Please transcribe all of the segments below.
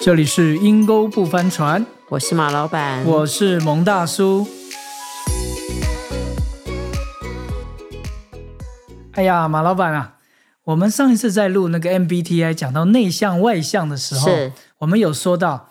这里是阴沟不翻船，我是马老板，我是蒙大叔。哎呀，马老板啊，我们上一次在录那个 MBTI 讲到内向外向的时候，是我们有说到，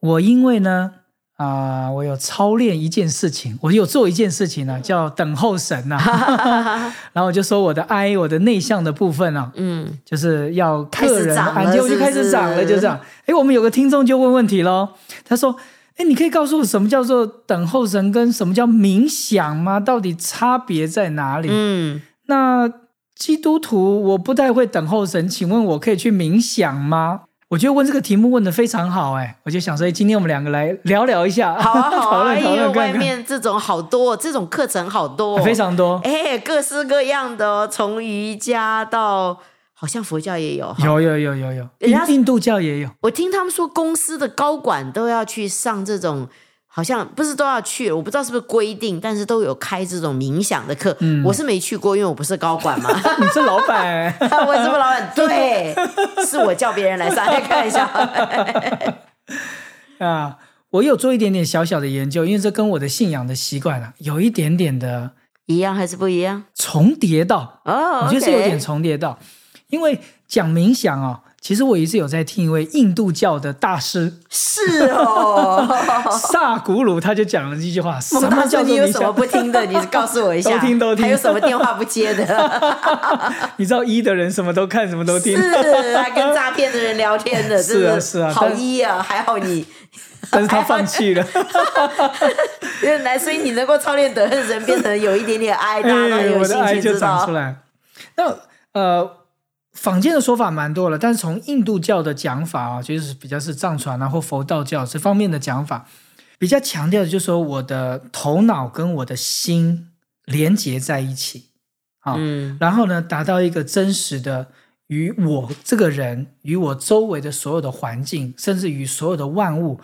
我因为呢啊、我有操练一件事情，我有做一件事情呢、啊叫等候神呐、啊。 然后我就说我的 I，我的内向的部分啊，嗯，就是要个人开始涨了按结果就开始涨了，是不是就这样。哎，我们有个听众就问问题喽，他说：“哎，你可以告诉我什么叫做等候神跟什么叫冥想吗？到底差别在哪里？”嗯，那基督徒我不太会等候神，请问我可以去冥想吗？我觉得问这个题目问的非常好，哎，我就想说，哎，今天我们两个来聊聊一下，好啊，好 讨啊，论因讨为论外看看，面这种好多，这种课程好多，非常多，哎，各式各样的哦，从瑜伽到好像佛教也有，有有有有有，印人家印度教也 有， 我听他们说公司的高管都要去上这种。好像不是都要去，我不知道是不是规定，但是都有开这种冥想的课。嗯我是没去过，因为我不是高 管嘛。你是老板、哎我是不是老板？对，是我叫别人来上来看 一下。啊，我有做一点点小小的研究，因为这跟我的信仰的习惯啊，有一点点的一样还是不一样？重叠到，哦，我觉得是有点 OK 重叠到，因为讲冥想哦，其实我一直有在听一位印度教的大师是哦。萨古鲁，他就讲了这句话：什 我么告叫做诉你有冥什么想？不 听的，你告诉我一下。都听都听还有什么电话不接的？ 你知道一的人什么都看，什么都 听，是还跟诈骗的人聊天的，是啊真是啊好但一啊，还好你但是他放弃 了。 原来，所以你能够操练德恨神，变成有一点点哀，大家都很有哎我的兴爱趣就知长出道。来。那呃，坊间的说法蛮多了，但是从印度教的讲法啊，就是比较是藏传啊或佛道教这方面的讲法，比较强调的就是说我的头脑跟我的心连接在一起啊，嗯然后呢，达到一个真实的与我这个人、与我周围的所有的环境，甚至与所有的万物，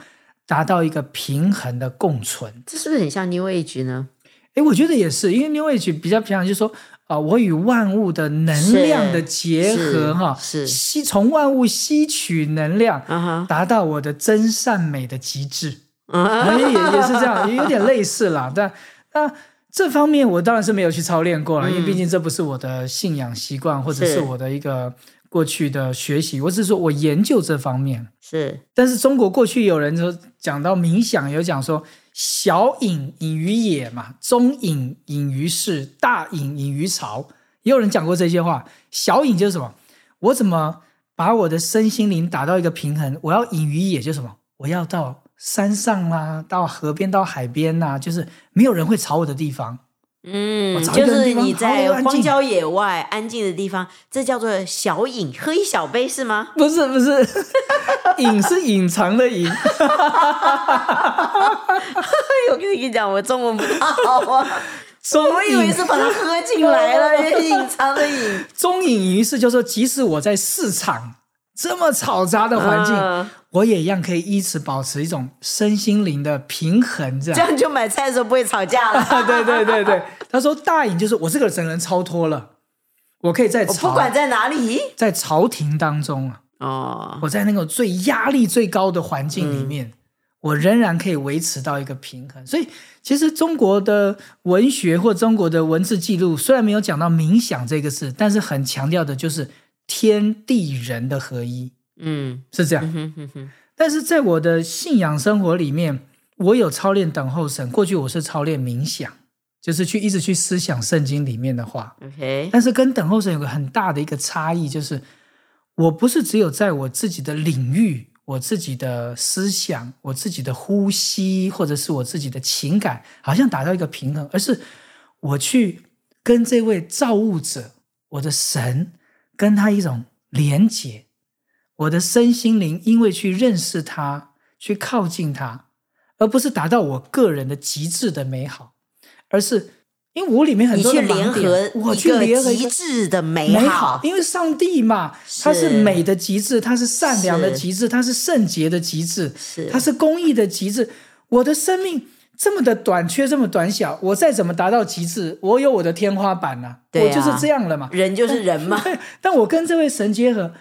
达到一个平衡的共存。这是不是很像 New Age 呢？诶，我觉得也是，因为 New Age 比较偏向就是说，啊、我与万物的能量的结合，是哈，是吸从万物吸取能量，啊哈，达到我的真善美的极致，啊诶也也是这样，也有点类似啦。但那这方面我当然是没有去操练过了，因为毕竟这不是我的信仰习惯，或者嗯是是我的一个过去的学习，我只是说我研究这方面。是但是中国过去有人说讲到冥想，有讲说小隐隐于野嘛，中隐隐于市，大隐隐于朝，也有人讲过这些话。小隐就是什么？我怎么把我的身心灵打到一个平衡？我要隐于野就是什么？我要到山上啦、到河边、到海边呐、就是没有人会吵我的地方。我嗯，找一就个是地方你在好安静荒郊野外安静的地方，这叫做小饮，喝一小杯是吗？不是不是，隐是隐藏的隐，哎，我跟你讲，我中文不大好啊，中我以为隐是把它喝进来了，隐藏的隐。中隐于市，就是说即使我在市场这么嘈杂的环境，嗯我也一样可以依此保持一种身心灵的平衡，这这 样。样就买菜的时候不会吵架了。对对对对，他说大隐就是我这个整个人超脱了， 我可以在我不朝管在哪里在朝廷当中啊，哦，我在那个最压力最高的环境嗯里面，我仍然可以维持到一个平衡。所以，其实中国的文学或中国的文字记录虽然没有讲到冥想这个事，但是很强调的就是天地人的合一，嗯，是这样。嗯哼哼哼，但是在我的信仰生活里面，我有操练等候神。过去我是操练冥想，就是去一直去思想圣经里面的话。 ，OK，但是跟等候神有个很大的一个差异，就是我不是只有在我自己的领域、我自己的思想、我自己的呼吸，或者是我自己的情感，好像达到一个平衡，而是我去跟这位造物者、我的神，跟他一种连结。我的身心灵因为去认识他，去靠近他，而不是达到我个人的极致的美好，而是因为我里面很你多的去盲点联合我一去联个合一极个致的美美好，因为上帝嘛，是他是美的极致，他是善良的是极致，他是圣洁的极致，是他是公益的极致。我的生命这么的短缺，这么短小，我再怎么达到极致，我有我的天花板呐、对啊我就是这样了嘛。人就是人嘛，对，但我跟这位神结合，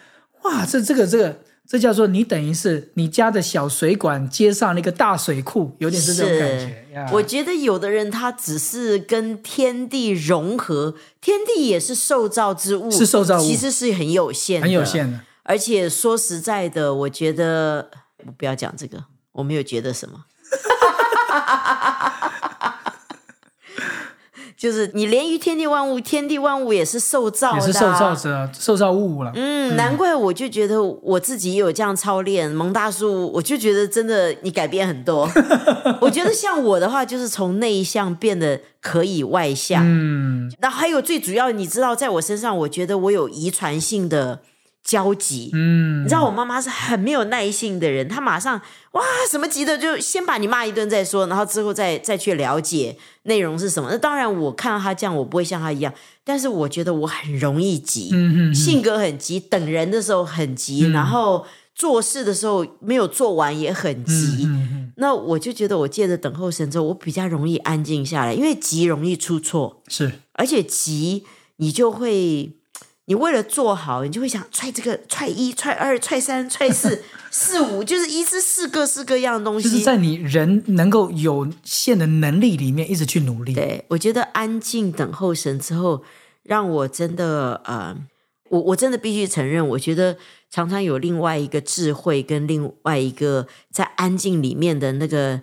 哇，这这个这个这叫做你等于是你家的小水管接上了一个大水库， 有点是这种感觉。呀我觉得有的人他只是跟天地融合，天地也是受造之物，是受造物其实是很有限，很有。限的，而且说实在的，我觉得我不要讲这个，我没有觉得什么。 就是你连于天地万物，天地万物也是受造的、啊，也是受造者、受造物了。嗯，难怪我就觉得我自己也有这样操练。蒙大叔，我就觉得真的你改变 很多。我觉得像我的话，就是从内向变得可以外向。嗯，那还有最主要，你知道，在我身上，我觉得我有遗传性的交集。嗯，你知道我妈妈是很没有耐性的人，她马上哇什么急的就先把你骂一顿再说，然后之后再再去了解内容是什么。那当然，我看到她这样，我不会像她一样，但是我觉得我很容易急，嗯嗯嗯性格很急，等人的时候很急，嗯然后做事的时候没有做完也很急。嗯嗯，那我就觉得我借着等候神之后，我比较容易安静下来，因为急容易出错。是而且急，你就会，你为了做好，你就会想踹这个、踹一、踹二、踹三、踹四、四五，就是一至四个四个样的东就是西。在你人能够有限的能力里面一直去努力。对，我觉得安静等候神之后，让我真的呃，我我真的必须承认，我觉得常常有另外一个智慧跟另外一个在安静里面的那个。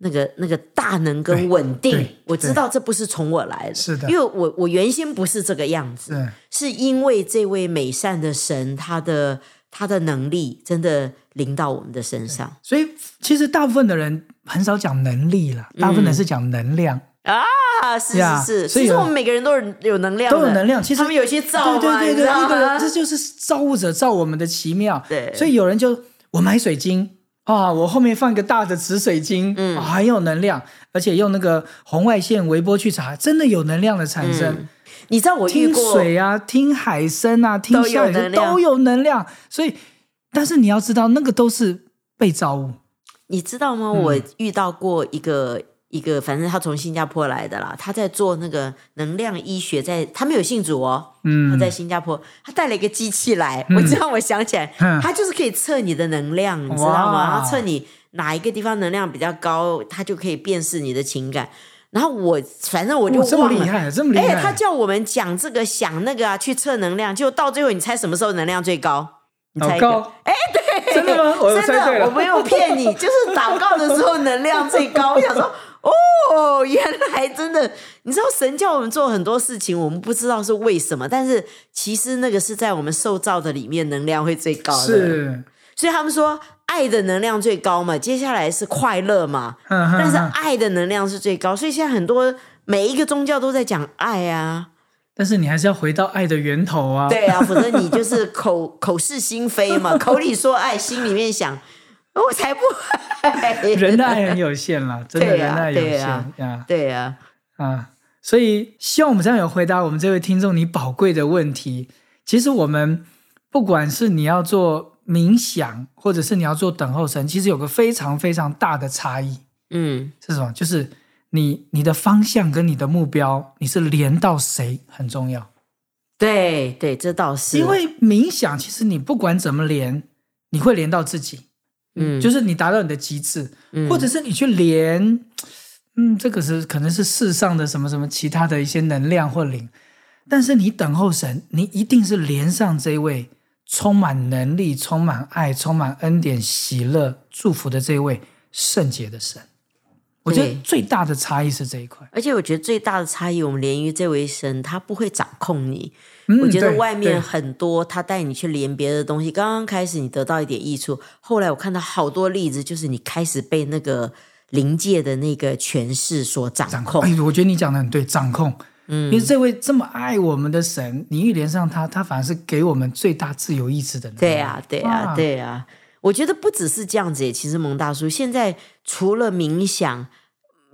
那个那个大能跟对稳定对，我知道这不是从我来的，是的因为我我原先不是这个样子，是，是因为这位美善的神，他的他的能力真的临到我们的身上所以其实大部分的人很少讲能力了，嗯大部分人是讲能量，啊！是呀是是，所以其实有我们每个人都有有能量的，都有能量。其实他们有些造对嘛，对你对知道对，一个吗人这就是造物者造我们的奇妙。对所以有人就我买水晶啊，我后面放一个大的紫水晶，嗯、很有能量，而且用那个红外线微波去查，真的有能量的产生。你知道我嗯遇听过，水啊，听海声啊，听都有下雨声能量都有能量。所以，但是你要知道，那个都是被造物。你知道吗？嗯我遇到过一个一个，反正他从新加坡来的啦，他在做那个能量医学在，他没有信主哦，嗯他在新加坡，他带了一个机器来，我这让我想起来，嗯他就是可以测你的能量，你知道吗？哇然后测你哪一个地方能量比较高，他就可以辨识你的情感。然后我反正我就哇这么忘厉了。害，这么厉哎、害！他叫我们讲这个想那个啊，去测能量，结果到最后你猜什么时候能量最高？你猜老一个，高，哎，对，真的 吗？ 我真猜对的，了，我没有骗你，就是祷告的时候能量最高。我想说，哦，原来真的，你知道神叫我们做很多事情，我们不知道是为什么，但是其实那个是在我们受造的里面能量会最高的。，是，所以他们说爱的能量最高嘛，接下来是快 乐嘛，但但是爱的能量是最高，所以现在很多每一个宗教都在讲爱啊，但是你还是要回到爱的源头啊。对啊，否则你就是口口是心非嘛，口里说爱，心里面想我才不爱 人的爱很有限了，真的对人啊的爱有对限啊呀对啊，啊！所以希望我们这样有回答我们这位听众你宝贵的问题。其实我们不管是你要做冥想，或者是你要做等候神，其实有个非常非常大的差异嗯，是什么？就是你你的方向跟你的目标，你是连到谁很重要。对对，这倒是，因为冥想，其实你不管怎么连，你会连到自己，嗯，就是你达到你的极致，嗯或者是你去连，嗯，这个是可能是世上的什么什么其他的一些能量或灵，但是你等候神，你一定是连上这位充满能力、充满爱、充满恩典、喜乐、祝福的这位圣洁的神。我觉得对最大的差异是这一块。而且我觉得最大的差异，我们连于这位神，他不会掌控你。嗯我觉得对外面对很多他带你去连别的东西，刚刚开始你得到一点益处，后来我看到好多例子，就是你开始被那个临界的那个权势所掌掌控。哎，我觉得你讲的很对，掌控。嗯，因为这位这么爱我们的神，你一连上他，他反而是给我们最大自由意志的能力。对呀、对呀、哇对啊呀、我觉得不只是这样子耶，其实蒙大叔现在除了冥想，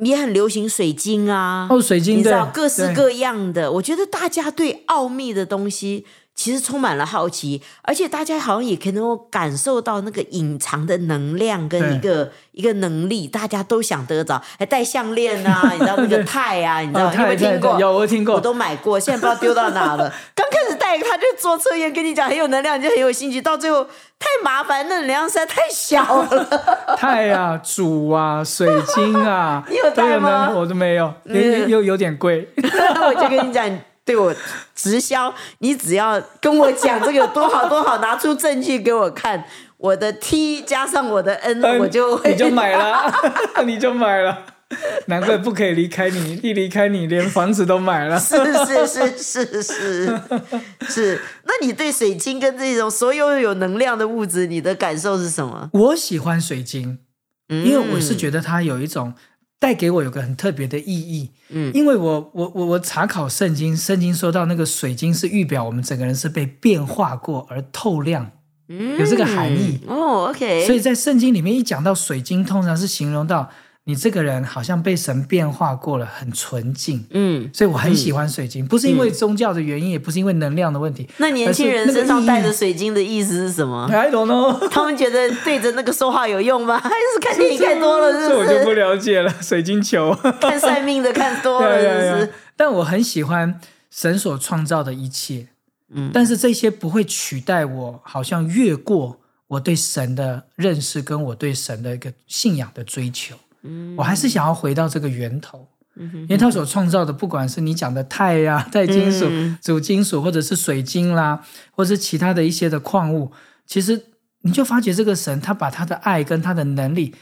也很流行水晶啊。哦，水晶你知对道，各式对各样的，我觉得大家对奥秘的东西其实充满了好奇，而且大家好像也可能够感受到那个隐藏的能量跟对一个一个能力，大家都想得着，还戴项链 啊，你知道那个钛啊，你知道、哦你有没有钛听钛过？钛有我听过 我都买 过，现在不知道丢到哪了。 刚开始戴他就做测验，跟你讲很哎有能量，你就很有兴趣，到最后太麻烦，那能量实在太小了。，钛啊、煮啊、水晶啊 你有都带吗嗯呢我都没有，没有又又有点贵。我就跟你讲，对我直销，你只要跟我讲这个有多好多好，拿出证据给我看，我的 T 加上我的 N，、我嗯就 会你就买了，你就买了，难怪不可以离开你，一离开你连房子都买 了。 是是是是是是。 那你对水晶跟这种所有有能量的物质，你的感受是什么？嗯我喜欢水晶，因因为我是觉得它有一种带给我有个很特别的意义。嗯因为我我我我查考圣经，圣经说到那个水晶是预表我们整个人是被变化过而透亮，有这个含义。嗯哦，OK，所以在圣经里面一讲到水晶，通常是形容到你这个人好像被神变化过了，很纯净。嗯，所以我很喜欢水晶，不是因为宗教的原因，也不是因为能量的问题。 那年轻而是人那个身上带意着义水晶的意思是什么？ I don't know，他们觉得对着那个说话有用吗？还 是看电影看多了，是这不？我 就是不了解了。水晶球， 看算命的看多了，对是不对是对？。但我很喜欢神所创造的一切，嗯但是这些不会取代我，好像越过我对神的认识跟我对神的一个信仰的追求。嗯我还是想要回到这个源头，嗯哼因为他所创造的，不管是你讲的钛呀、 钛金属、嗯主金属，或者是水晶啦，或者是其他的一些的矿物，其实你就发觉这个神，他把他的爱跟他的能力，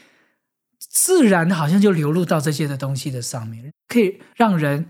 自然好像就流入到这些的东西的上面，可以让人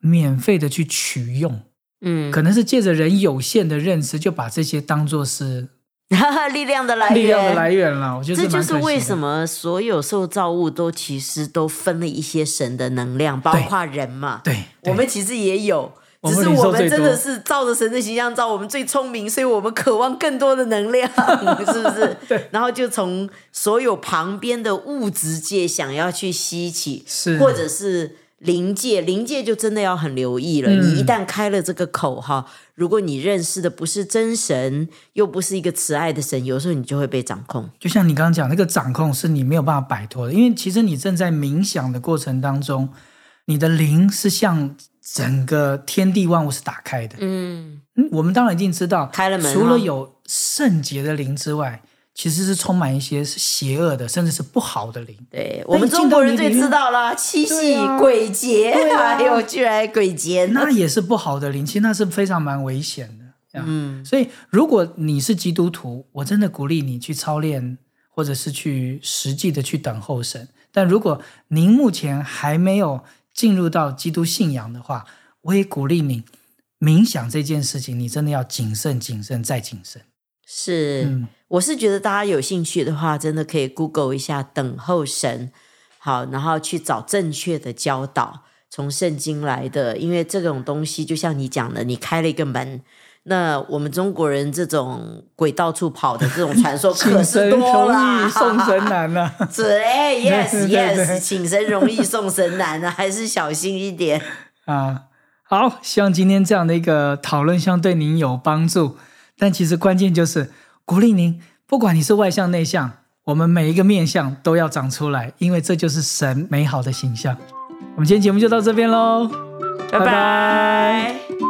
免费的去取用。嗯，可能是借着人有限的认知，就把这些当做是哈哈， 力量的来源，力量的来源了。我觉得这就蛮是可惜为的什么所有受造物都其实都分了一些神的能量，包括人嘛。对对我们其实也有，我只们是领受我们最多真的是照着神的形象造，我们最聪明，所以我们渴望更多的 能量，是不是？对。然后就从所有旁边的物质界想要去吸起，是或者是灵界，灵界就真的要很留意了。嗯你一旦开了这个口哈，如果你认识的不是真神，又不是一个慈爱的神，有时候你就会被掌控。就像你刚刚讲，那个掌控是你没有办法摆脱的，因为其实你正在冥想的过程当中，你的灵是向整个天地万物是打开的。嗯，嗯，我们当然一定知道，开了门哦除哈了有圣洁的灵之外，其实是充满一些是邪恶的，甚至是不好的灵。对那我们你进中到国人你最里面知道啦，七对夕、啊鬼节，对啊还有居然鬼节呢。那也是不好的灵，其实那是非常蛮危险的。这样嗯所以，如果你是基督徒，我真的鼓励你去操练，或者是去实际的去等候神。但如果您目前还没有进入到基督信仰的话，我也鼓励你冥想这件事情，你真的要谨慎、谨慎再谨慎。是，嗯我是觉得大家有兴趣的话，真的可以 Google 一下“等候神”，好，然后去找正确的教导，从圣经来的。因为这种东西，就像你讲的，你开了一个门，那我们中国人这种鬼到处跑的这种传说嗯可请是神多容啦， 易，送 神难啊呐、是哎，yes 对对 yes，对请神容易送神难啊，还是小心一点。啊，好，希望今天这样的一个讨论，相对您有帮助。但其实关键就是鼓励您，不管你是外向内向，我们每一个面相都要长出来，因为这就是神美好的形象。我们今天节目就到这边喽，拜拜